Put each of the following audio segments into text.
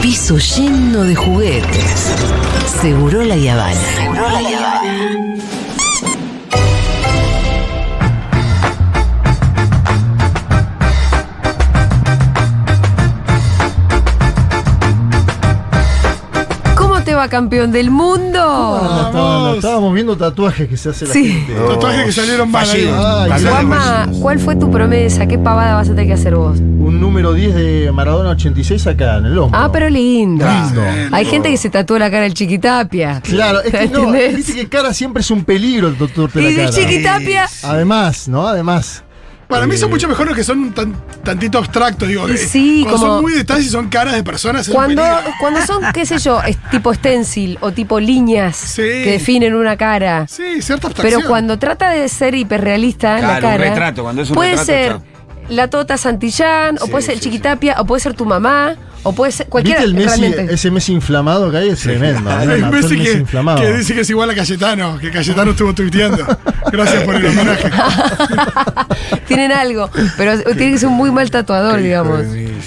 piso lleno de juguetes. Seguro la Yavana. Seguro la Yavana. ¿Cómo te va, campeón del mundo? Anda, Estábamos, estábamos viendo tatuajes que se hace la Sí. gente. Tatuajes que salieron mal. ahí. Fallidos. Ay, Fallidos. sí. Juanma, ¿cuál fue tu promesa? ¿Qué pavada vas a tener que hacer vos? Un número 10 de Maradona 86 acá en el hombro. Ah, pero lindo. Lindo. Ah, Hay gente que se tatúa la cara del chiquitapia. Claro, es que no, ¿Entendés? dice que cara siempre es un peligro el doctor de Y la de cara. chiquitapia. Además, ¿no? Además. Para mí son mucho mejores que son tan- tantito abstractos, digo. Y que sí, cuando como- son muy detalles y son caras de personas. es un Cuando, peligro. cuando son, qué sé yo, es tipo stencil o tipo líneas Sí. que definen una cara. Sí, cierta abstracción. Pero cuando trata de ser hiperrealista la Claro, un cara. retrato, cuando es un puede retrato, ser chao. la Tota Santillán, o Sí, puede ser el sí, Chiquitapia, o puede ser tu mamá, o puede ser cualquiera ¿Viste el Messi, realmente. ese Messi inflamado que hay? Es tremendo. ¿eh? Hay Mató el Messi Messi que, inflamado. que dice que es igual a Cayetano, que Cayetano estuvo tuiteando. Gracias por el homenaje. Ah, Tienen algo, pero tiene que ser un muy mal tatuador, digamos.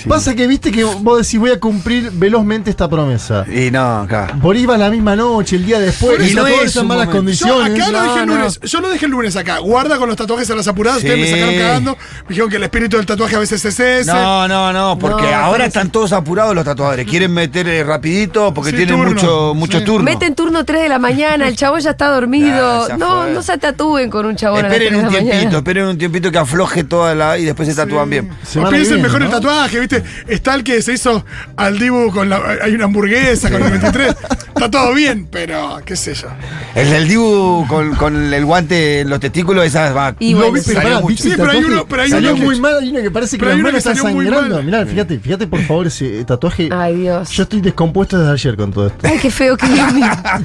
Pasa que viste que vos decís voy a cumplir velozmente esta promesa. Y no, acá. Por ahí va la misma noche, el día después, Por y eso no no es en un malas momento. Yo condiciones. acá lo No, dejé el no. lunes. Yo lo dejé el lunes acá. Guarda con los tatuajes a las apuradas. Ustedes me Sí. sacaron cagando. Me dijeron que el espíritu del tatuaje a veces es ese. No, no, no, porque No, ahora pero- están todos apurados los tatuadores. Quieren meter eh, rapidito porque Sí, tienen turno. mucho, mucho Sí. turno. Ah, Meten turno 3 de la mañana, el chavo ya está dormido. Ya, ya no, fue. no se tatúen con un chabón esperen a un las 3 de la tiempito, mañana. esperen un tiempito que afloje toda la. y después se tatúan bien. Semana o piensen que viene, mejor el ¿no? tatuaje, ¿viste? Está el que se hizo al Dibu con la. Hay una hamburguesa con el 23. Está todo bien, pero qué sé yo. El del Dibu con, con el guante en los testículos, esas va. Y No, bueno, viste, salió pará, mucho. viste Sí, el pero hay tatuaje? uno- pero hay salió uno que- muy mal, hay uno que parece que pero la hay uno mano que está salió muy sangrando. mal. Mirá, fíjate, fíjate por favor ese tatuaje. Ay, Dios. Yo estoy descompuesto desde ayer con todo esto. Ay, qué feo que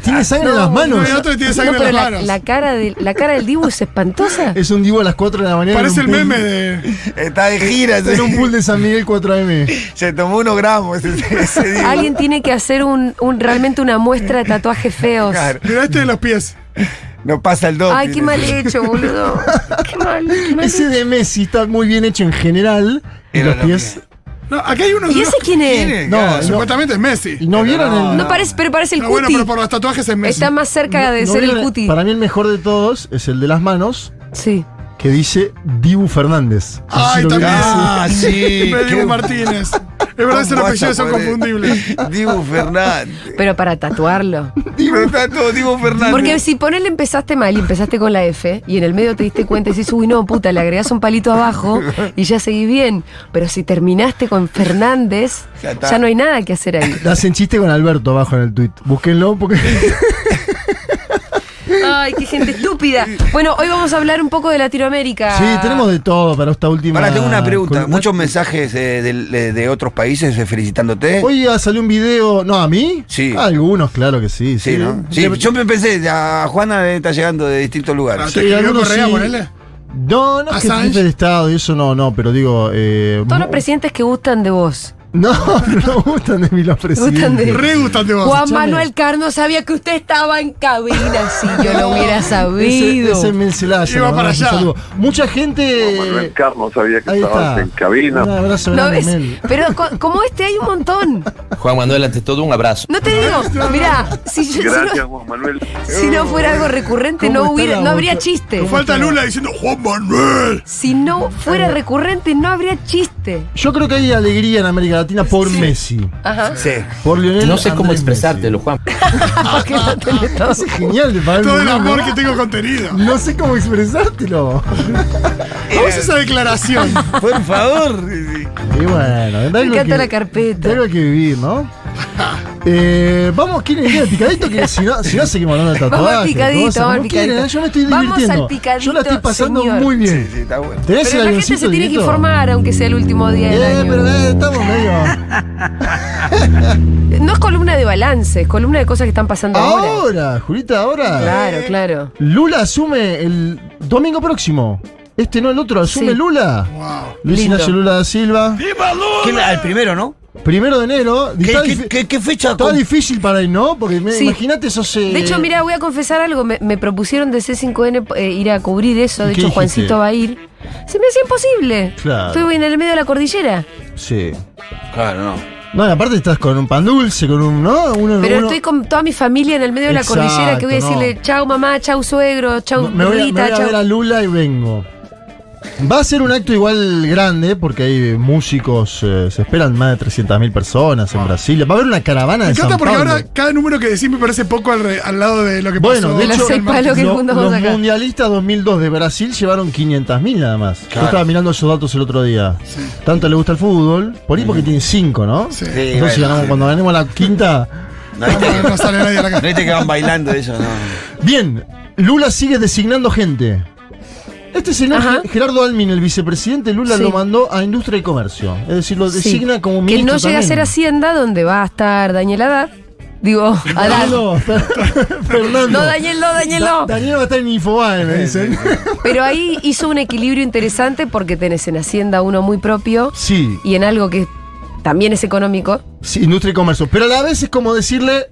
Tiene sangre en las Ah, No, manos. el otro que tiene sangre No, en pero las la, manos. la cara de, la cara del Dibu es espantosa. Es un divo a las 4 de la mañana. Parece el en un meme pool- de. Está de gira, se, En un pool de San Miguel 4M. se tomó unos gramos ese, ese Dibu. Alguien tiene que hacer un, un- realmente una muestra de tatuajes feos. Claro, Mira este de los pies. no pasa el doping. Ay, qué mal hecho, boludo. Qué mal, qué mal Ese hecho. de Messi está muy bien hecho en general. Y Era los la pies. No, acá hay uno de ¿Y los- ese quién es? ¿Quién es? No, Claro, no. Supuestamente es ¿Y Messi. no vieron el.? No parece, pero parece el No, cuti. Ah, bueno, pero por los tatuajes es Messi. Está más cerca de no ser el vieron cuti. Para mí el mejor de todos es el de las manos, Sí. que dice Dibu Fernández. No sé si Ay, lo también. vieron ese. Ah, sí. Me digo qué- Martínez. Es verdad, esos ¿Cómo apellidos vas a son poner? confundibles. Dibu Fernández. Pero para tatuarlo. Dibu, está todo Dibu Fernández. Porque si ponele empezaste mal y empezaste con la F y en el medio te diste cuenta y decís, uy, no, puta, le agregás un palito abajo y ya seguís bien. Pero si terminaste con Fernández, Ya ya, está. no hay nada que hacer ahí. Hacen chiste con Alberto abajo en el tweet. Búsquenlo porque. Ay, qué gente estúpida. Bueno, hoy vamos a hablar un poco de Latinoamérica. Sí, tenemos de todo para esta última. Ahora tengo una pregunta. columna. Muchos mensajes eh, del- de, de otros países eh, felicitándote. Hoy ya salió un video. ¿No, a mí? Ah, Sí. Algunos, claro que sí. sí, ¿no? Sí, yo me pensé, a Juana le está llegando de distintos Ah, lugares. te escribió algunos Correa, sí. ponele. No, no, es que Assange. jefe de Estado y eso no, no, pero digo. Eh, Todos los presidentes que gustan de vos. no, no gustan de mí los Gustan de- presidentes. Re gustan de vos. Juan escuchame. Manuel Carno sabía que usted estaba en cabina si yo lo hubiera Ese, sabido. ese es Mencelaya, Iba le mandamos para un allá. saludo. Mucha gente. Manuel Carlos sabía que ahí está. estabas en cabina. Un abrazo ¿No grande, ves? Mel. Pero co- como este hay un montón. Juan Manuel, ante todo, un abrazo. No te digo, mirá, si, yo- si Gracias, no, Juan Manuel. si no fuera algo recurrente ¿Cómo no, está hubiera, la no boca? habría chiste. Falta Lula diciendo Juan Manuel. Si no fuera recurrente no habría chiste. Yo creo que hay alegría en América Latina por Messi. Ajá. Ah, Sí. Por Lionel No sé cómo Andrés expresártelo, Juan. Porque no tenés todo. Messi. Genial, de Pablo Todo el Luna, amor ¿no? que tengo contenido. No sé cómo expresártelo. ¿Cómo es esa declaración? Por favor. Sí, sí. Y bueno, de algo Me encanta que- la carpeta. de algo hay que vivir, ¿no? Eh, vamos, ¿quieren ir al picadito? Que si no, si no seguimos hablando de tatuajes. Vamos al picadito, cosas, vamos al ¿no quieren? picadito. Yo me estoy Vamos divirtiendo. al picadito, Yo la estoy pasando señor. muy Sí, bien. sí, está bueno. Pero ¿Tenés el la gente avioncito, se tiene que Dieguito? informar aunque sea el último día del Eh, año. pero eh, estamos medio. No es columna de balance, es columna de cosas que están pasando Oh. ahora. Ahora, Julita, ahora. Claro, claro. Lula asume el domingo próximo. Este no, el otro, asume Sí. Lula. Wow. Luis Lindo. Ignacio Lula da Silva. ¿Quién la- el primero, no? Primero de enero. ¿Qué, Está qué- difi- qué- qué fecha? Está difícil para él, ¿no? Porque me- Sí. imagínate, sos. eh, De hecho, mira, voy a confesar algo. Me, me propusieron de C5N eh, ir a cubrir eso. De ¿Y qué hecho, dijiste? Juancito va a ir. Se me hacía imposible. Claro. Estuve en el medio de la cordillera. Sí. Claro, no. No, y aparte estás con un pan dulce, con un. ¿No? Uno, Pero uno- estoy con toda mi familia en el medio de la Exacto, cordillera que voy a no. decirle chau mamá, chau suegro, chau Me voy, a, me voy Rita, a chau. ver a Lula y vengo. Va a ser un acto igual grande, porque hay músicos, eh, se esperan más de 300.000 personas en Brasil. Va a haber una caravana Me de San encanta porque Pablo. ahora cada número que decís me parece poco al, re- al lado de lo que Bueno, pasó. de Las hecho, seis palos que el lo- mundo los saca. mundialistas 2002 de Brasil llevaron 500.000 nada más. Yo Claro. estaba mirando esos datos el otro día. Tanto le gusta el fútbol, por ahí porque tiene 5, ¿no? Sí. Sí, Entonces bueno, ganamos- sí. cuando ganemos la quinta. No viste No, no sale nadie a la no calle. viste que van bailando ellos, no. Bien, Lula sigue designando gente. Este señor Ajá. Ge- Gerardo Almin, el vicepresidente, Lula Sí. lo mandó a Industria y Comercio. Es decir, lo Sí. designa como Que ministro. no llega a también. ser Hacienda, donde va a estar Daniel Haddad. Digo, Haddad. Fernando, Fer- Fernando. No, Daniel, no, Daniel, Da- no. Daniel va a estar en Infobae, me dicen. Pero ahí hizo un equilibrio interesante porque tenés en Hacienda uno muy propio Sí, y en algo que también es económico, sí, Industria y Comercio. Pero a la vez es como decirle,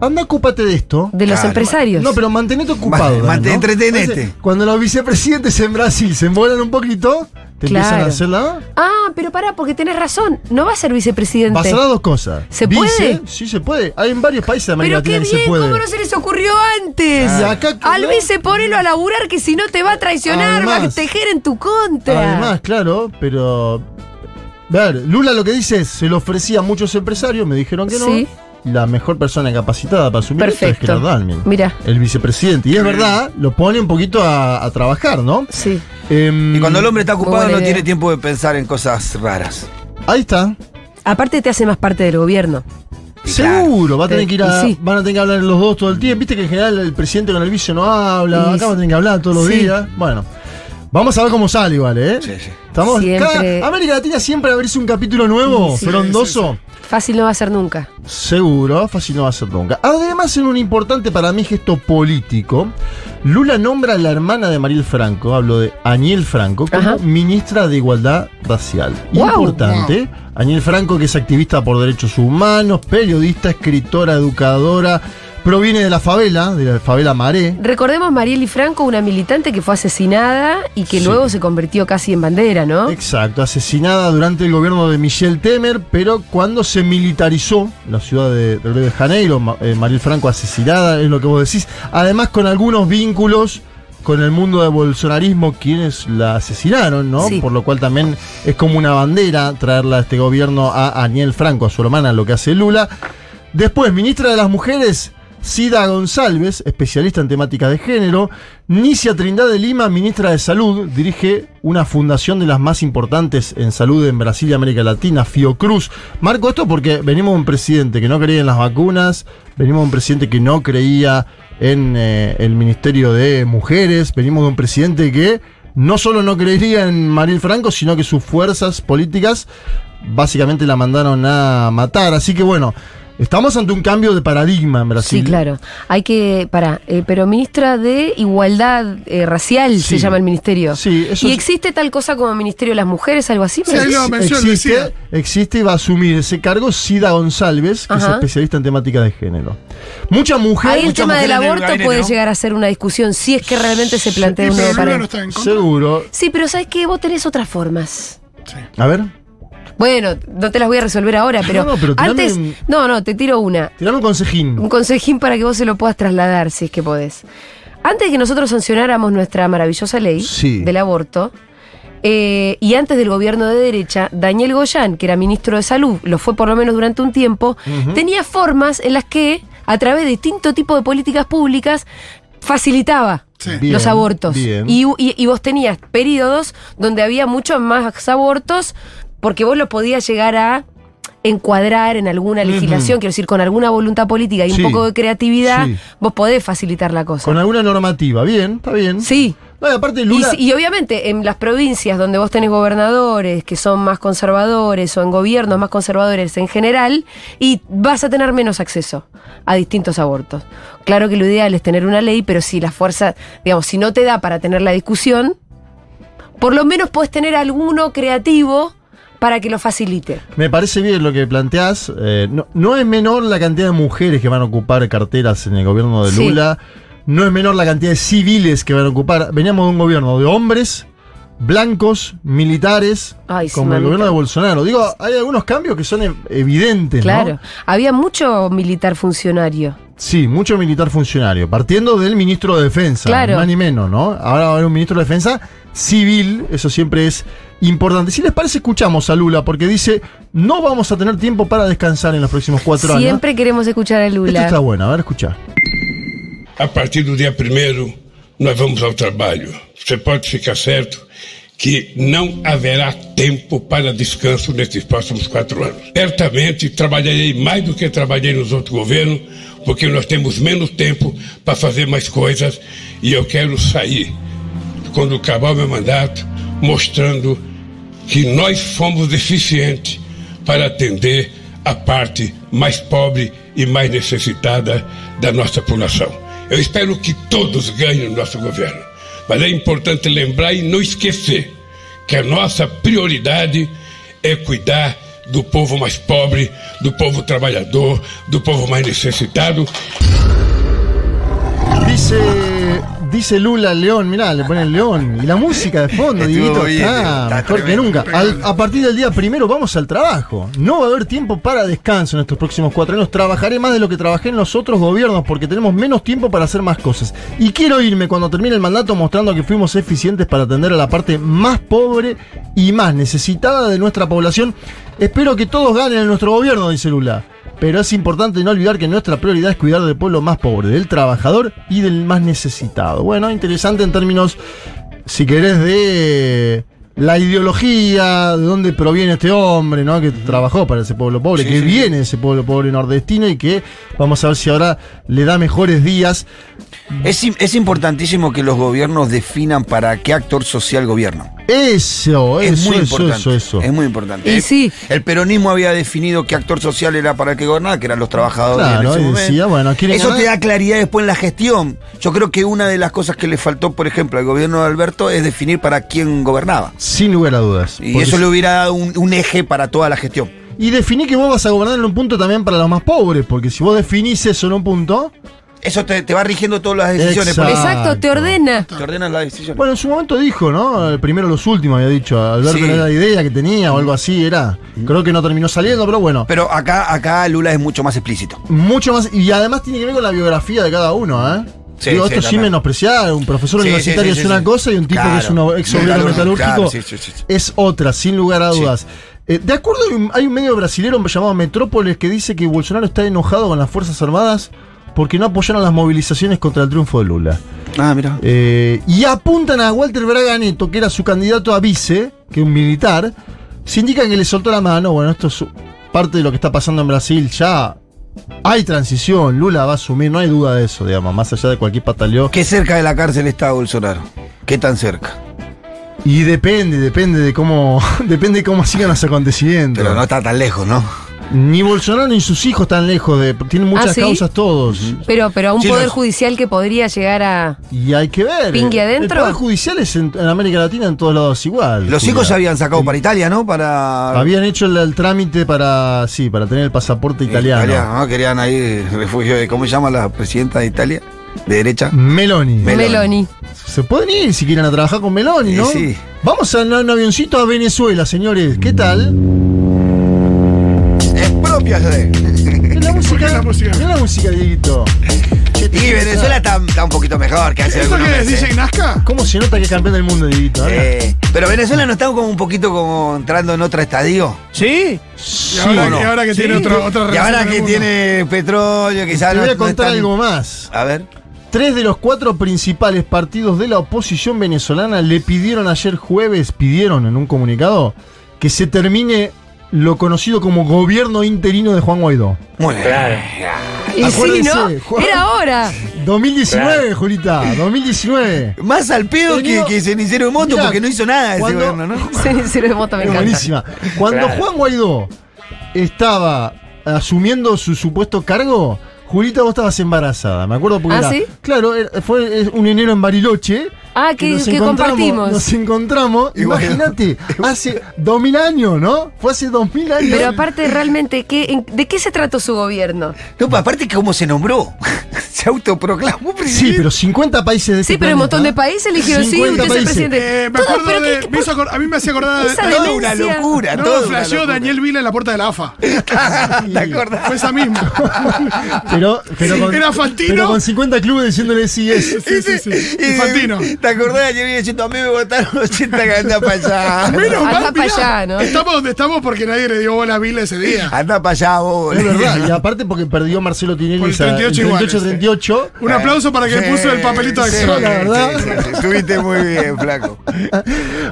anda, ocúpate de esto. de los Claro. empresarios. No, pero mantenete ocupado. Ma- Dani, ¿no? entretenete. Entonces, Cuando los vicepresidentes en Brasil se embolan un poquito, te empiezan Claro. a hacer la... Ah, pero pará, porque tenés razón. No va a ser vicepresidente. Pasará dos cosas. ¿Se Vice, puede? Sí, se puede. Hay en varios países de América Pero qué Latina que bien, se puede. ¿cómo no se les ocurrió antes? Ah. E. Y acá que Al no. vice ponelo a laburar que si no te va a traicionar, va a Además. tejer en tu contra. Además, claro, pero. Ver, Lula lo que dice es: se lo ofrecía a muchos empresarios, me dijeron que no. Sí. La mejor persona capacitada para asumir esto es Perfecto. Gerardo Almin, Mirá. el vicepresidente. Y es verdad, lo pone un poquito a, a trabajar, ¿no? Sí. Em, Y cuando el hombre está Muy ocupado buena no idea. tiene tiempo de pensar en cosas raras. Ahí está. Aparte te hace más parte del gobierno. Y Seguro, va a tener Eh, que ir a, y sí. van a tener que hablar los dos todo el tiempo. Viste que en general el presidente con el vice no habla, Y acá van a tener que hablar todos los sí. días. Bueno, vamos a ver cómo sale igual, ¿eh? Sí, sí. Estamos Siempre. cada- América Latina siempre abrirse un capítulo nuevo, Sí, sí, frondoso. Fácil no va a ser nunca. Seguro, fácil no va a ser nunca. Además, en un importante para mí gesto político, Lula nombra a la hermana de Mariel Franco, hablo de Aniel Franco, como Ajá. ministra de Igualdad Racial. Guau. importante. Aniel Franco, que es activista por derechos humanos, periodista, escritora, educadora, proviene de la favela, de la favela Maré. Recordemos Marieli Franco, una militante que fue asesinada y que Sí. luego se convirtió casi en bandera, ¿no? Exacto, asesinada durante el gobierno de Michel Temer, pero cuando se militarizó la ciudad de, de Río de Janeiro, Ma- eh, Mariel Franco asesinada, es lo que vos decís, además con algunos vínculos con el mundo de bolsonarismo, quienes la asesinaron, ¿no? Sí. Por lo cual también es como una bandera traerla a este gobierno a Aniel Franco, a su hermana, lo que hace Lula. Después, ministra de las Mujeres, Sida González, especialista en temáticas de género. Nicia Trindad de Lima, ministra de Salud, dirige una fundación de las más importantes en salud en Brasil y América Latina, Fiocruz. Marco esto porque venimos de un presidente que no creía en las vacunas, venimos de un presidente que no creía en eh, el Ministerio de Mujeres, venimos de un presidente que no solo no creería en Maril Franco, sino que sus fuerzas políticas básicamente la mandaron a matar. Así que bueno, estamos ante un cambio de paradigma en Brasil. Sí, claro. Hay que. Pará. eh, pero ministra de Igualdad eh, Racial se Sí. llama el ministerio. Sí, eso ¿Y es- existe tal cosa como Ministerio de las Mujeres, algo así? Sí, ahí lo mencionó, Existe, decía. existe y va a asumir ese cargo Sida González, que es Ajá. especialista en temáticas de género. Mucha mujer, Ahí el mucha tema mujer del en el aborto gabinete, puede ¿no? llegar a ser una discusión si es que realmente se plantea Y una pero de Lula no pared. está en contra. seguro. Sí, pero ¿sabes qué? Vos tenés otras formas. A ver, Bueno, no te las voy a resolver ahora, pero, No, no, pero tirame antes. un- No, no, te tiro una. tirame un consejín. Un consejín para que vos se lo puedas trasladar, si es que podés. Antes de que nosotros sancionáramos nuestra maravillosa ley Sí. del aborto, eh, y antes del gobierno de derecha, Daniel Goyán, que era ministro de Salud, lo fue por lo menos durante un tiempo, tenía formas en las que, a través de distinto tipo de políticas públicas, facilitaba Sí. Bien, los abortos. bien. Y, y- y vos tenías periodos donde había muchos más abortos porque vos los podías llegar a encuadrar en alguna legislación, quiero decir, con alguna voluntad política y Sí, un poco de creatividad, sí. vos podés facilitar la cosa. Con alguna normativa, bien, está bien. Sí. No, y aparte Y, Lula... y obviamente en las provincias donde vos tenés gobernadores que son más conservadores o en gobiernos más conservadores en general, y vas a tener menos acceso a distintos abortos. Claro que lo ideal es tener una ley, pero si la fuerza, digamos, si no te da para tener la discusión, por lo menos podés tener alguno creativo para que lo facilite. Me parece bien lo que planteás. Eh, no, no es menor la cantidad de mujeres que van a ocupar carteras en el gobierno de Sí. Lula. No es menor la cantidad de civiles que van a ocupar. Veníamos de un gobierno de hombres blancos, militares, Ay, sí, como el mamita. gobierno de Bolsonaro. Digo, hay algunos cambios que son e- evidentes, ¿no? Claro. Había mucho militar funcionario. Sí, mucho militar funcionario. Partiendo del ministro de Defensa, Claro. más ni menos, ¿no? Ahora va a haber un ministro de Defensa civil, eso siempre es importante. Si les parece, escuchamos a Lula, porque dice, no vamos a tener tiempo para descansar en los próximos cuatro años. Siempre queremos escuchar a Esto Lula. está bueno, a ver, escuchá. A partir do dia 1 nós vamos ao trabalho. Você pode ficar certo que não haverá tempo para descanso nesses próximos quatro anos. Certamente trabalharei mais do que trabalhei nos outros governos, porque nós temos menos tempo para fazer mais coisas e eu quero sair, quando acabar o meu mandato, mostrando que nós fomos eficientes para atender a parte mais pobre e mais necessitada da nossa população. Eu espero que todos ganhem no nosso governo, mas é importante lembrar e não esquecer que a nossa prioridade é cuidar do povo mais pobre, do povo trabalhador, do povo mais necessitado Dice, dice Lula León, mirá, le ponen León. Y la música de fondo, Dieguito, Estuvo bien, está está mejor que tremendo. nunca. Al- a partir del día primero vamos al trabajo. No va a haber tiempo para descanso en estos próximos cuatro años. Trabajaré más de lo que trabajé en los otros gobiernos porque tenemos menos tiempo para hacer más cosas. Y quiero irme cuando termine el mandato mostrando que fuimos eficientes para atender a la parte más pobre y más necesitada de nuestra población. Espero que todos ganen en nuestro gobierno, dice Lula. Pero es importante no olvidar que nuestra prioridad es cuidar del pueblo más pobre, del trabajador y del más necesitado. Bueno, interesante en términos, si querés, de la ideología, de dónde proviene este hombre, ¿no? Que trabajó para ese pueblo pobre, que viene de ese pueblo pobre nordestino y que vamos a ver si ahora le da mejores días. Es, im- es importantísimo que los gobiernos definan para qué actor social gobiernan. Eso, Es eso, muy eso, importante. eso, eso. Es muy importante. Y El- sí. El peronismo había definido qué actor social era para el que gobernar, que eran los trabajadores. Claro, en ese y momento. decía, bueno, ¿quieren Eso ganar? te da claridad después en la gestión. Yo creo que una de las cosas que le faltó, por ejemplo, al gobierno de Alberto es definir para quién gobernaba. Sin lugar a dudas. Y Porque eso le hubiera dado un, un eje para toda la gestión. Y definí que vos vas a gobernar en un punto también para los más pobres, porque si vos definís eso en un punto, Eso te, te va rigiendo todas las decisiones. Exacto. porque Exacto, te ordena. Te ordenan las decisiones. Bueno, en su momento dijo, ¿no? El primero los últimos había dicho. Alberto Sí. era la idea que tenía o algo así, era. Creo que no terminó saliendo, pero bueno. Pero acá, acá Lula es mucho más explícito. Mucho más. Y además tiene que ver con la biografía de cada uno, ¿eh? Sí, Digo, sí, esto sin también. menospreciar, un profesor Sí, universitario sí, sí, es sí, una sí. cosa y un tipo que es Claro. un ex obrero Claro, metalúrgico claro, sí, sí, sí, sí. es otra, sin lugar a Sí. dudas. Eh, de acuerdo, hay un, hay un medio brasilero llamado Metrópolis que dice que Bolsonaro está enojado con las Fuerzas Armadas porque no apoyaron las movilizaciones contra el triunfo de Lula. Ah, mira. Eh, y apuntan a Walter Braga Neto, que era su candidato a vice, que es un militar. Se indican que le soltó la mano. Bueno, esto es parte de lo que está pasando en Brasil. Ya hay transición. Lula va a asumir, no hay duda de eso, digamos. Más allá de cualquier pataleo. Qué cerca de la cárcel está Bolsonaro. Qué tan cerca. Y depende, depende de cómo, depende de cómo sigan los acontecimientos. Pero no está tan lejos, ¿no? Ni Bolsonaro ni sus hijos están lejos de. Tienen muchas ¿Ah, sí? causas todos. Pero, pero a un Sí, poder los- judicial que podría llegar a. Y hay que ver. eh. ¿Pingue adentro? El poder judicial es en, en América Latina en todos lados igual. Los hijos Julia. se habían sacado para Italia, ¿no? Para. Habían hecho el, el trámite para. Sí, para tener el pasaporte italiano. ¿no? Querían ahí refugio de. ¿Cómo se llama la presidenta de Italia? ¿De derecha? Mm. Meloni. Meloni. Eh, Meloni. Se pueden ir si quieren a trabajar con Meloni, ¿no? Sí, sí. Vamos a un avioncito a Venezuela, señores. ¿Qué tal? Es propia de. Mirá la música. la música? mirá la música, Dieguito. Che, te- Y Venezuela está, está un poquito mejor que hace ¿Esto algunos qué es? meses. ¿DJ Nazca? ¿Cómo se nota que es campeón del mundo, Dieguito? eh? Eh, pero Venezuela no está como un poquito como entrando en otro estadio. Sí, Y ahora, ¿o no? y ahora que tiene otra, otra Y relación ahora con el que mundo. tiene petróleo, quizás Te no- voy a no contar están- algo más. A ver. Tres de los cuatro principales partidos de la oposición venezolana le pidieron ayer jueves, pidieron en un comunicado, que se termine lo conocido como gobierno interino de Juan Guaidó. Muy bien. Y sí, Acuérdense, ¿no? Juan. Era ahora. 2019, Julita, 2019. Más al pedo que, Venido- que Cenicero de Moto Mirá, porque no hizo nada ese cuando- gobierno, ¿no? Cenicero de moto me Es encanta. buenísima. Cuando Juan Guaidó estaba asumiendo su supuesto cargo, Julita, vos estabas embarazada, me acuerdo porque ¿Ah, era- sí? Claro, era- fue es un enero en Bariloche. Ah, que, nos que encontramos- compartimos. Nos encontramos, Igual. imagínate, hace 2000 años, ¿no? Fue hace 2000 años. Pero aparte, realmente, ¿qué, en- ¿de qué se trató su gobierno? No, pa- aparte cómo se nombró. se autoproclamó Sí, presidente. pero 50 países de este Sí, pero un planeta. montón de países eligieron, sí, 50 usted es el países. presidente. Eh, me Todo, acuerdo pero de- ¿qué- qué- me hizo acordar- a mí me hacía acordar de- Esa no, Toda una demencia. locura, no, toda una flasheó locura. Daniel Vila en la puerta de la AFA. ¿Te acordás? Fue esa misma. Ah, Pero, pero con, Era Fantino. pero con 50 clubes diciéndole sí es. Sí, sí, sí. Y- Infantino. ¿Te acordás? Yo vine diciendo, a mí me votaron 80 anda para allá. Menos Anda mal, pa' mirá, allá, ¿no? Estamos donde estamos porque nadie le dio bola a Vila ese día. Anda para allá vos. Es verdad, y aparte porque perdió Marcelo Por Tinelli el esa- el 38 iguales, 38-38. Un aplauso para que Eh, Sí, puso el papelito de sí, acción. sí, la verdad. sí, sí. Estuviste muy bien, flaco.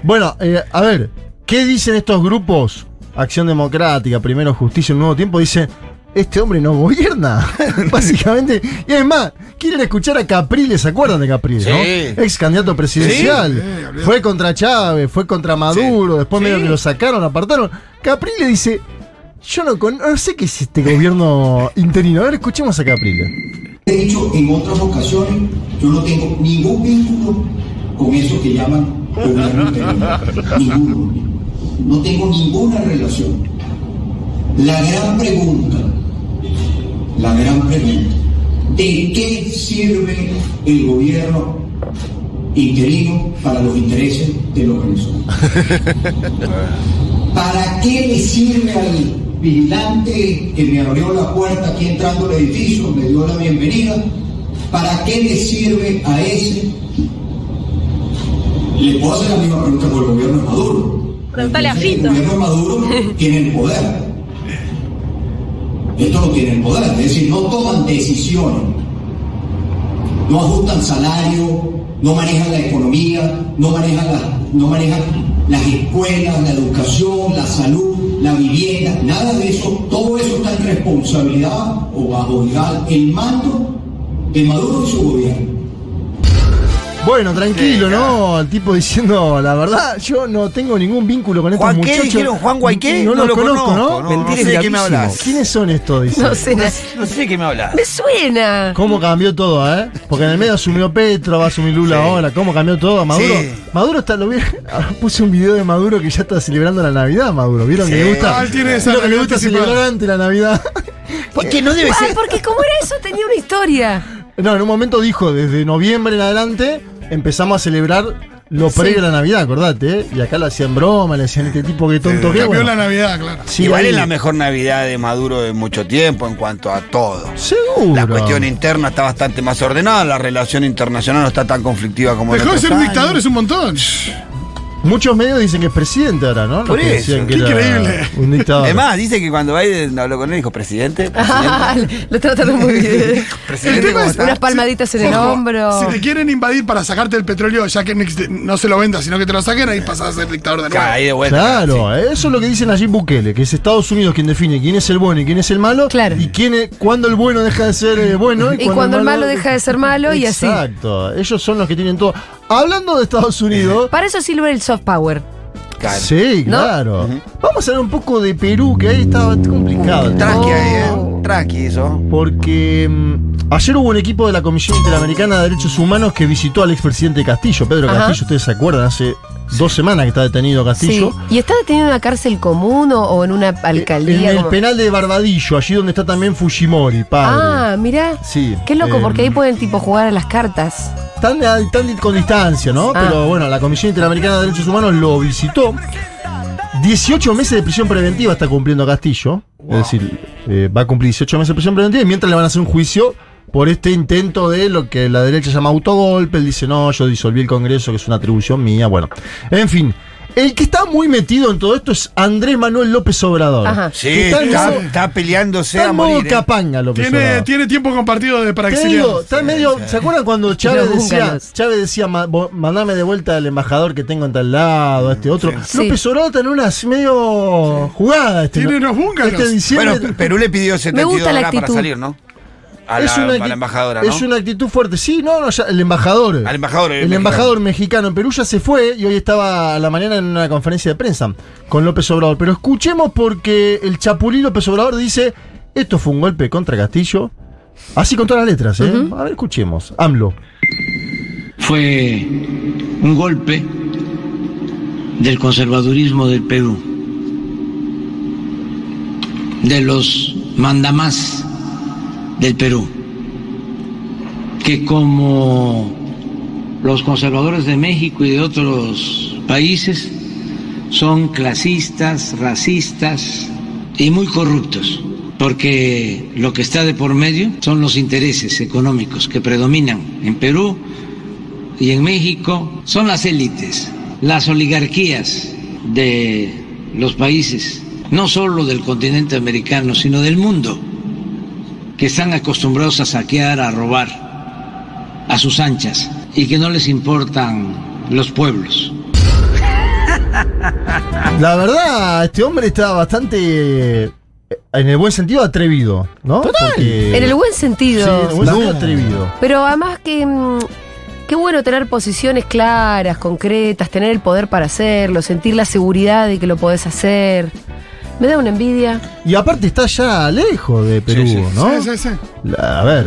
Bueno, eh, a ver, ¿qué dicen estos grupos? Acción Democrática, Primero Justicia, Un Nuevo Tiempo, dice, este hombre no gobierna, básicamente. Y es más, quieren escuchar a Capriles, ¿se acuerdan de Capriles, Sí. no? Ex candidato presidencial. fue contra Chávez, fue contra Maduro, después medio que lo sacaron, apartaron. Capriles dice, yo no, con- no sé qué es este gobierno interino. A ver, escuchemos a Capriles. He dicho en otras ocasiones, yo no tengo ningún vínculo con eso que llaman gobierno interior. Ninguno. No tengo ninguna relación. La gran pregunta, la gran pregunta, ¿de qué sirve el gobierno interino para los intereses de los venezolanos? ¿Para qué le sirve al vigilante que me abrió la puerta aquí entrando al edificio, me dio la bienvenida? ¿Para qué le sirve a ese? Le puedo hacer la misma pregunta por el gobierno de Maduro. Preguntale a Entonces, Fito. El gobierno de Maduro tiene el poder. Esto no tiene el poder, es decir, no toman decisiones no ajustan salario, no manejan la economía, no manejan, la- no manejan las escuelas, la educación, la salud, la vivienda, nada de eso, todo eso está en responsabilidad o bajo digamos, el mando de Maduro y su gobierno. Bueno, tranquilo, ¿no? El tipo diciendo, la verdad, yo no tengo ningún vínculo con estos ¿Juan qué? muchachos. ¿Dijeron Juan Guayqué? No, lo conozco, ¿no? no, Mentira, no sé de qué me gravísimo. hablas. ¿Quiénes son estos? Dice. No sé, na- No sé de qué me hablas. me suena. ¿Cómo cambió todo, eh? Porque en el medio asumió Petro, va a asumir Lula ahora. ¿Cómo cambió todo? Maduro. Sí. Maduro está, lo vi. ahora Puse un video de Maduro que ya está celebrando la Navidad, Maduro. ¿Vieron que le gusta? Ah, él tiene esa lo que le Navidad gusta anticipada. celebrar antes la Navidad. Porque no debe Ah, ser. porque como era eso, tenía una historia. No, en un momento dijo, desde noviembre en adelante empezamos a celebrar lo previo a la Navidad, acordate, ¿eh? Y acá lo hacían broma, le decían este tipo que tonto que Cambió bueno. la Navidad, claro. Sí, Igual ahí- es la mejor Navidad de Maduro de mucho tiempo en cuanto a todo. Seguro. La cuestión interna está bastante más ordenada, la relación internacional no está tan conflictiva como en Dejó de otros ser un años. dictador, es un montón. Muchos medios dicen que es presidente ahora, ¿no? Los Por que eso, decían que qué era increíble. Un dictador. Además, dice que cuando Biden habló con él, dijo, presidente, Lo trataron muy bien. Presidente, El tema ¿cómo es- está? Unas palmaditas en el Ojo, hombro. Si te quieren invadir para sacarte el petróleo, ya que no existe- no se lo vendas, sino que te lo saquen, ahí pasas a ser dictador de nuevo. Ahí de vuelta. Claro, eso es lo que dicen allí Bukele, que es Estados Unidos quien define quién es el bueno y quién es el malo. Claro. Y quién es, cuándo el bueno deja de ser eh, bueno. Y cuando el malo deja de ser malo y así. Exacto, ellos son los que tienen todo. Hablando de Estados Unidos. Para eso sirve el soft power. Claro. Sí, ¿No? claro. Vamos a hablar un poco de Perú, que ahí está complicado. Mm, el tema. Tranqui ahí, ¿eh? Tranqui eso. Porque mm, ayer hubo un equipo de la Comisión Interamericana de Derechos Humanos que visitó al expresidente Castillo, Pedro Ajá. Castillo, ustedes se acuerdan, hace dos semanas que está detenido Castillo. Sí. ¿Y está detenido en una cárcel común o, o en una alcaldía? Eh, En el como- penal de Barbadillo, allí donde está también Fujimori, padre. Ah, mira. Sí, Qué loco, eh, porque ahí pueden tipo jugar a las cartas. Están, están con distancia, ¿no? Ah. Pero bueno, la Comisión Interamericana de Derechos Humanos lo visitó. 18 meses de prisión preventiva está cumpliendo Castillo. Es decir, eh, va a cumplir 18 meses de prisión preventiva y mientras le van a hacer un juicio por este intento de lo que la derecha llama autogolpe. Él dice, no, yo disolví el Congreso, que es una atribución mía. Bueno, en fin. El que está muy metido en todo esto es Andrés Manuel López Obrador. Ajá. Sí, Que está en está, modo- está peleándose está a en modo morir. ¿eh? capanga López Tiene, Obrador. tiene tiempo compartido de para Te exiliados. digo, está medio, ¿Se acuerdan cuando Chávez Los decía, búngaros. Chávez decía, "Ma- vo- mandame de vuelta al embajador que tengo en tal lado, a este otro? Sí. López Obrador está en una así medio jugada. Este, Tiene ¿no? unos búngalos. Este diciembre- Bueno, Pe- Perú le pidió gusta 72 la horas para actitud. salir, ¿no? A la, es una a acti- la embajadora, ¿no? Es una actitud fuerte. Sí, no, no, ya- el embajador. Al embajador, el El embajador mexicano en Perú ya se fue y hoy estaba a la mañana en una conferencia de prensa con López Obrador. Pero escuchemos porque el chapulí López Obrador dice, esto fue un golpe contra Castillo. Así con todas las letras, ¿eh? A ver, escuchemos. AMLO. fue un golpe del conservadurismo del Perú, de los mandamás del Perú, que como los conservadores de México y de otros países son clasistas, racistas y muy corruptos, porque lo que está de por medio son los intereses económicos que predominan en Perú y en México, son las élites, las oligarquías de los países, no solo del continente americano, sino del mundo, que están acostumbrados a saquear, a robar a sus anchas y que no les importan los pueblos. La verdad, este hombre está bastante, eh, en el buen sentido, atrevido, ¿no? Porque- En el buen eh, Sí, sentido. en el buen sentido, atrevido. Pero además que. mm, Qué bueno tener posiciones claras, concretas, tener el poder para hacerlo, sentir la seguridad de que lo podés hacer. Me da una envidia. Y aparte está ya lejos de Perú, sí. ¿no? Sí, sí, sí. La- A ver,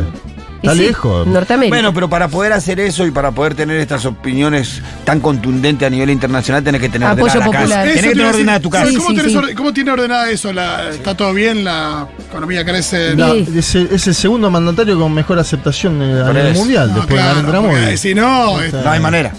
Y está sí, lejos. Norteamérica. Bueno, pero para poder hacer eso y para poder tener estas opiniones tan contundentes a nivel internacional, tenés que tener Apoyo ordenada la popular. casa. Eso te iba Tenés que tener a decir. ordenada tu casa. ¿Sabes Sí, ¿Cómo, sí, tenés sí. orde- cómo tiene ordenada eso? La- ¿Está todo bien? ¿La economía crece? La- Sí. es, el, es el segundo mandatario con mejor aceptación en el- a Por nivel eso. mundial, No, después de claro, Narendra porque Modi. Si no, es- No hay manera.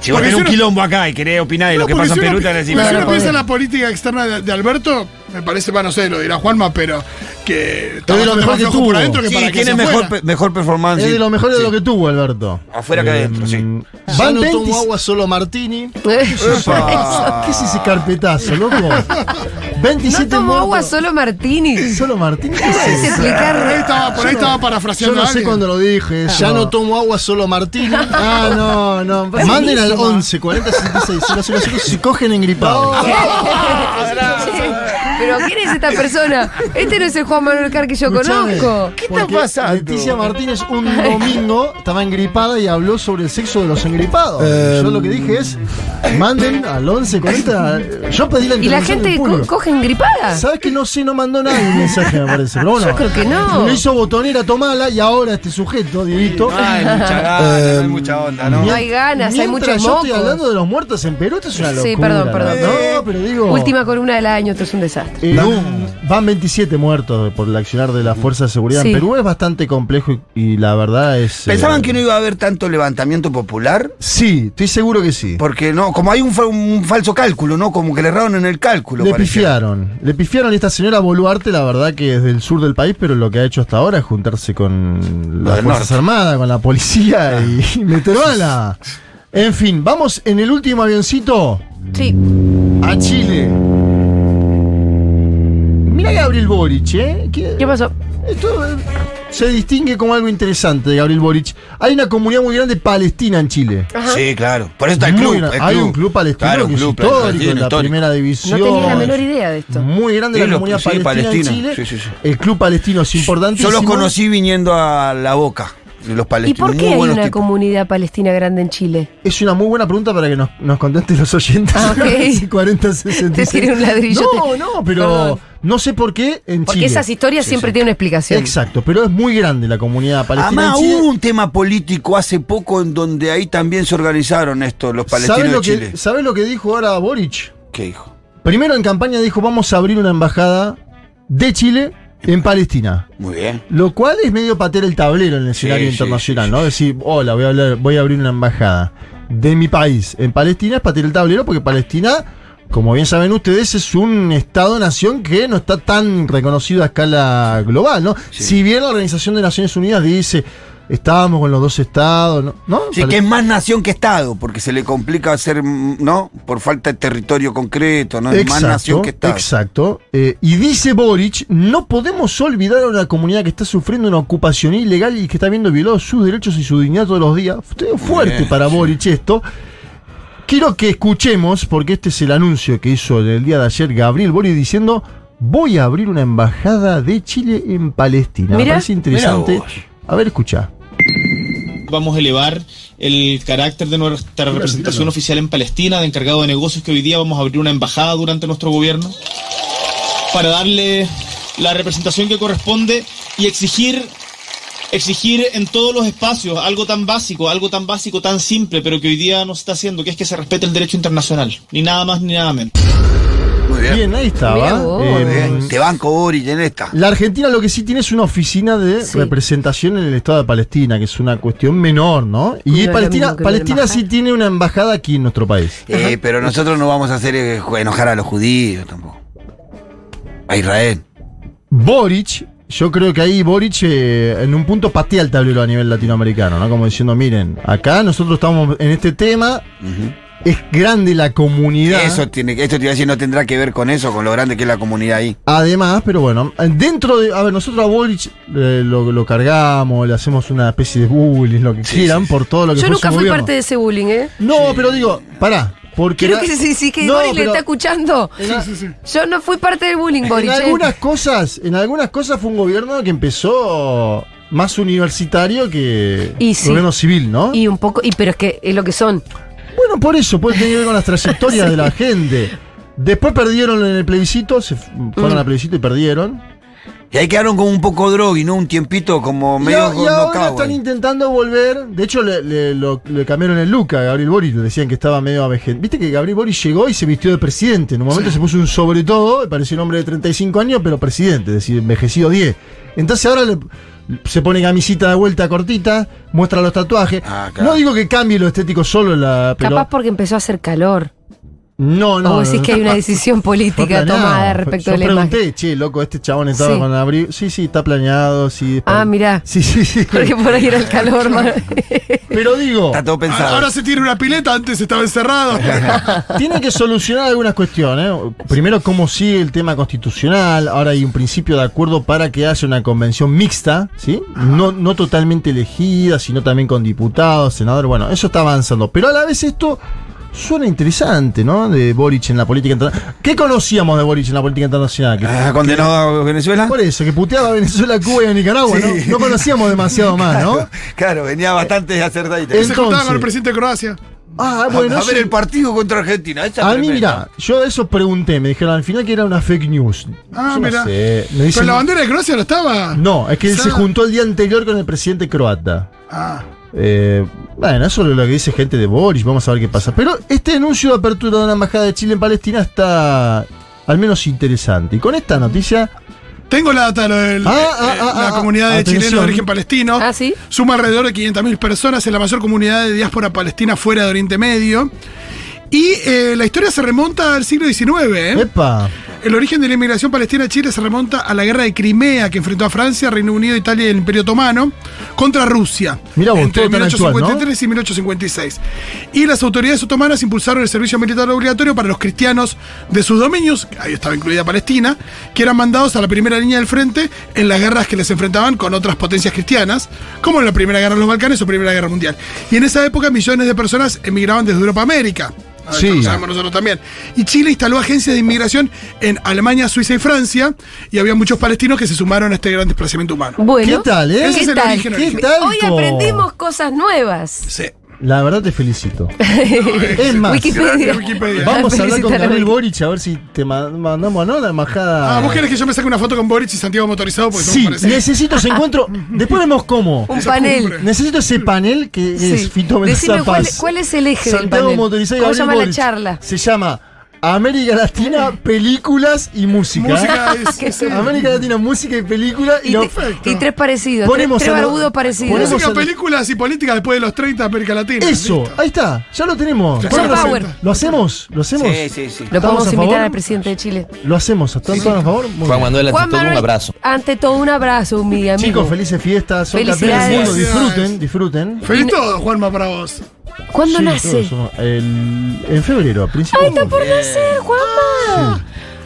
Si vos Porque si tenés un uno- quilombo acá y querés opinar de No, lo que porque pasa en si Perú, uno- te van a decir, porque si "Claro, uno piensa en la política externa de, de Alberto, me parece, bueno, no sé, lo dirá Juanma, pero que está Pero de lo mejor bastante más que flojo tuvo. por adentro que Sí, para que tiene se mejor, mejor pe- mejor performance. Es de lo mejor de Sí. lo que tuvo, Alberto. Afuera que adentro, sí. Mm, Ya Van no tomo 20 agua, solo Martini. Epa. ¿Qué es ese carpetazo, loco? no 27 tomo agua muertos- solo Martini. solo Martini. ¿Qué Podés es eso? Por ahí explicar. estaba, por ahí estaba Yo parafraseando no a sé alguien. cuándo lo dije. Ah. Ya no tomo agua, solo Martini. Ah, no, no. pues Manden al 11 40 66 000 si cogen engripados. Che, Pero ¿quién es esta persona? Este no es el Juan Manuel Car que yo Escuchame, conozco. ¿Qué está Porque pasando? Leticia Martínez un domingo estaba engripada y habló sobre el sexo de los engripados. yo lo que dije es, manden al 1140. Yo pedí la ¿Y la intervención gente del co- público. coge engripada? ¿Sabes que no sé? No mandó nadie un mensaje, me parece. Pero bueno, Yo creo que no. Lo hizo botonera Tomala y ahora este sujeto, Dieguito. No hay mucha gana, no hay mucha onda, Em, ¿no? No hay ganas, hay Mientras muchos yo estoy mocos. hablando de los muertos en Perú, esto es una locura. Sí, perdón, perdón. No, pero digo. Última columna del año, esto es un desastre. eh, un- van 27 muertos por el accionar de las fuerzas de seguridad Sí. en Perú. Es bastante complejo y, y la verdad es. Pensaban eh, que no iba a haber tanto levantamiento popular, Sí, estoy seguro que sí. porque no, como hay un, fa- un falso cálculo, ¿no? Como que le erraron en el cálculo. Le parecía. pifiaron. Le pifiaron a esta señora Boluarte, la verdad que desde el sur del país, pero lo que ha hecho hasta ahora es juntarse con las del Fuerzas norte. Armadas, con la policía y, y meter bala. En fin, vamos en el último avioncito Sí. a Chile. Mirá Gabriel Boric, ¿eh? Que- ¿Qué pasó? esto eh, se distingue como algo interesante de Gabriel Boric. Hay una comunidad muy grande palestina en Chile. Sí, claro. Por eso está el Muy club. gran- el Hay un club palestino Claro, un que es club histórico, palestino, en la histórico. primera división. No tenía la menor idea de esto. Muy grande Sí, la lo- comunidad sí, palestina, en Palestina. Chile. Sí, sí, sí. El club palestino es importantísimo. Yo los conocí viniendo a La Boca, de los ¿Y palestinos. por qué Muy hay buenos una tipos. comunidad palestina grande en Chile? Es una muy buena pregunta para que nos, nos contesten los oyentes. Ah, ok. 40, 60. Te tiré un ladrillo, No, te- no, pero Perdón. no sé por qué en Porque Chile. esas historias siempre tienen una explicación. Exacto, pero es muy grande la comunidad palestina Además, en Chile. hubo un tema político hace poco en donde ahí también se organizaron esto, los ¿Sabes palestinos de lo, Chile. que, ¿Sabes lo que dijo ahora Boric? ¿Qué dijo? Primero en campaña dijo, vamos a abrir una embajada de Chile en Palestina. Muy bien. Lo cual es medio patear el tablero en el escenario sí, internacional, sí, ¿no? Decir, hola, voy a, hablar- voy a abrir una embajada de mi país en Palestina, es patear el tablero porque Palestina, como bien saben ustedes, es un Estado-nación que no está tan reconocido a escala global, ¿no? Si bien la Organización de Naciones Unidas dice, estábamos con los dos Estados, ¿no? ¿No? Sí, que es más nación que Estado, porque se le complica hacer, mm, ¿no? Por falta de territorio concreto, ¿no? Es más nación que Estado. Exacto. Eh, y dice Boric, no podemos olvidar a una comunidad que está sufriendo una ocupación ilegal y que está viendo violados sus derechos y su dignidad todos los días. Fu- Fuerte Bien, para Boric esto. Quiero que escuchemos, porque este es el anuncio que hizo en el día de ayer Gabriel Boric diciendo, voy a abrir una embajada de Chile en Palestina. Me Mirá. parece interesante. Mirá vos. A ver, escucha. Vamos a elevar el carácter de nuestra representación oficial en Palestina, de encargado de negocios, que hoy día vamos a abrir una embajada durante nuestro gobierno, para darle la representación que corresponde y exigir exigir en todos los espacios algo tan básico, algo tan básico, tan simple, pero que hoy día no se está haciendo, que es que se respete el derecho internacional, ni nada más ni nada menos. Muy bien. Bien, ahí Mirá estaba. vos. Eh, Bien. Te banco, Boric, en esta. La Argentina lo que sí tiene es una oficina de Sí. representación en el Estado de Palestina, que es una cuestión menor, ¿no? No Y es lo Palestina, mismo que una Palestina sí embajada. tiene una embajada aquí en nuestro país. Eh, pero nosotros no vamos a hacer eh, enojar a los judíos tampoco. A Israel. Boric, yo creo que ahí Boric eh, en un punto patea el tablero a nivel latinoamericano, ¿no? Como diciendo, miren, acá nosotros estamos en este tema, es grande la comunidad. Eso tiene, esto te iba a decir, no tendrá que ver con eso, con lo grande que es la comunidad ahí. Además, pero bueno, dentro de. A ver, nosotros a Boric eh, lo, lo cargamos, le hacemos una especie de bullying, lo que Sí, quieran, por todo lo que Yo fue nunca su fui gobierno. parte de ese bullying, ¿eh? No, pero digo, pará. Porque Quiero la- que si, si que No, Boric le pero está escuchando. Yo no fui parte del bullying, Boric. En ¿eh? algunas cosas, en algunas cosas fue un gobierno que empezó más universitario que Y sí. gobierno civil, ¿no? Y un poco, y pero es que es lo que son. Bueno, por eso, puede tener que ver con las trayectorias de la gente. Después perdieron en el plebiscito, se f- Mm. fueron al plebiscito y perdieron. Y ahí quedaron como un poco drog y no un tiempito como Y, medio a- y con ahora knockout. están ahí. intentando volver. De hecho, le, le- lo- le cambiaron el look a Gabriel Boric. Le decían que estaba medio avejentado. Viste que Gabriel Boric llegó y se vistió de presidente. En un momento se puso un sobre todo. Parecía un hombre de 35 años, pero presidente, es decir, envejecido 10. Entonces ahora le- se pone camisita de vuelta cortita, muestra los tatuajes. Ah, claro. No digo que cambie lo estético solo, la, pero. Capaz porque empezó a hacer calor. no, no. o decís no, que hay una decisión fue política planeado. tomada Fue- respecto Yo de la pregunté, imagen. che, loco, este chabón estaba Sí. con abrigo. Sí, sí, está planeado. Sí, Ah, es para- mirá. Sí, sí, sí. Porque por ahí era el calor, man. Pero digo. Está todo Ahora, pensado. ahora se tiene una pileta, antes estaba encerrado. Tiene que solucionar algunas cuestiones. ¿eh? Primero, cómo sigue el tema constitucional. Ahora hay un principio de acuerdo para que haya una convención mixta, ¿sí? No, no totalmente elegida, sino también con diputados, senadores. Bueno, eso está avanzando. Pero a la vez esto suena interesante, ¿no? De Boric en la política internacional. ¿Qué conocíamos de Boric en la política internacional? Que- Ah, condenado a Venezuela. por eso, que puteaba a Venezuela, Cuba y a Nicaragua, ¿no? Sí. No conocíamos demasiado más, ¿no? Claro, venía bastante Eh, acertadita. Es- se juntaba Entonces. con el presidente de Croacia. Ah, A- a eso- ver el partido contra Argentina. esa A mí, tremenda. mira, yo de eso pregunté, me dijeron al final que era una fake news. Yo Ah, no mira. sé, me Pero dicen- la bandera de Croacia no estaba. No, es que él Sa- se juntó el día anterior con el presidente croata. Ah, Eh, bueno, eso es lo que dice gente de Boris, vamos a ver qué pasa. Pero este anuncio de apertura de una embajada de Chile en Palestina está al menos interesante. Y con esta noticia, tengo la data lo del- Ah, eh, ah, eh, ah, la ah, comunidad de atención. chilenos de origen palestino. ¿Ah, sí? Suma alrededor de 500.000 personas, es la mayor comunidad de diáspora palestina fuera de Oriente Medio. Y eh, la historia se remonta al siglo XIX. ¿eh? epa, El origen de la inmigración palestina a Chile se remonta a la guerra de Crimea que enfrentó a Francia, Reino Unido, Italia y el Imperio Otomano contra Rusia. Mirá vos, entre todo tan actual, 1853 y 1856. Y las autoridades otomanas impulsaron el servicio militar obligatorio para los cristianos de sus dominios, ahí estaba incluida Palestina, que eran mandados a la primera línea del frente en las guerras que les enfrentaban con otras potencias cristianas, como en la Primera Guerra de los Balcanes o Primera Guerra Mundial. Y en esa época millones de personas emigraban desde Europa a América. Ah, esto Sí. lo sabemos nosotros también. Y Chile instaló agencias de inmigración en Alemania, Suiza y Francia, y había muchos palestinos que se sumaron a este gran desplazamiento humano. Bueno. ¿Qué tal, eh? Ese ¿Qué es el tal? origen, ¿Qué origen. tal? Hoy Alto. aprendimos cosas nuevas. Sí. la verdad te felicito. es más, Wikipedia. Wikipedia. vamos a hablar con Felicitar a Gabriel Wiki. Boric a ver si te ma- mandamos ¿no? la embajada. Ah, vos querés que yo me saque una foto con Boric y Santiago motorizado porque Sí, somos parecidos. necesito ese encuentro. Después vemos cómo. Un Esa cumbre. panel. Necesito ese panel que Sí. es Fito Decime Mendoza cuál, Paz. cuál es el eje del Santiago panel. Motorizado y ¿Cómo se Gabriel llama la Boric. charla? Se llama América Latina, películas y música. Música es- Qué sí. América Latina, música y película y, Y, te- perfecto. y tres parecidos. Ponemos tres a tres lo- barbudos parecidos. ponemos Música, al- películas y políticas después de los 30 América Latina. Eso, Listo. ahí está, ya lo tenemos. Ya Bueno, está. lo, Power. hacemos. lo hacemos, lo hacemos. Sí, sí, sí. Lo ¿Estamos podemos a invitar favor? al presidente de Chile. Lo hacemos, ¿están todos a favor? Muy Juan bien. Manuel, ante Juan todo un Manuel, abrazo. Ante todo, un abrazo, mi amigo. Chicos, felices fiestas, son campeones del mundo, Felicidades. disfruten, disfruten. Feliz todo, Juanma, para vos. ¿Cuándo Sí, nace? todos somos- el- en febrero, a principios Ay, está de por febrero. nacer, Juanma.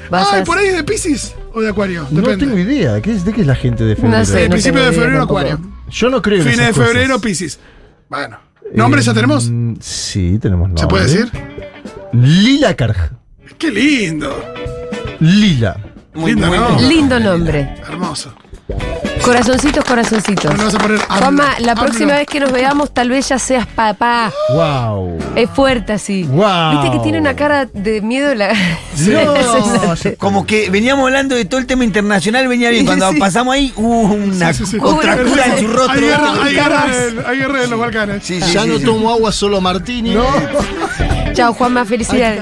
Vas Ay, a- por ahí es de Pisces o de Acuario. No Depende. tengo idea, ¿de qué es, de qué es la gente de febrero? No sé. Eh, principio tengo de idea febrero, tampoco. Acuario. Yo no creo en Fines de esas cosas. febrero, Pisces. Bueno. ¿Nombres ya Eh, tenemos? Mm, Sí, tenemos nombres. ¿Se puede decir? Lila Carj. Qué lindo. Lila. Muy, Lindo, muy ¿no? lindo. Lindo nombre. Hermoso. Con Corazoncitos, corazoncitos. No, no vas a poner AMLO. Juanma, la AMLO. próxima vez que nos veamos, tal vez ya seas papá. ¡Wow! Es fuerte así. Guau. Viste que tiene una cara de miedo la. No. Como que veníamos hablando de todo el tema internacional, venía bien. Cuando pasamos ahí, hubo una Sí, sí, sí. contractura en su rostro. Hay guerra, hay guerra en- hay guerra en los Balcanes. Sí, sí, Ya sí, no sí. tomo agua, solo Martini. Chao, Juanma, felicidades.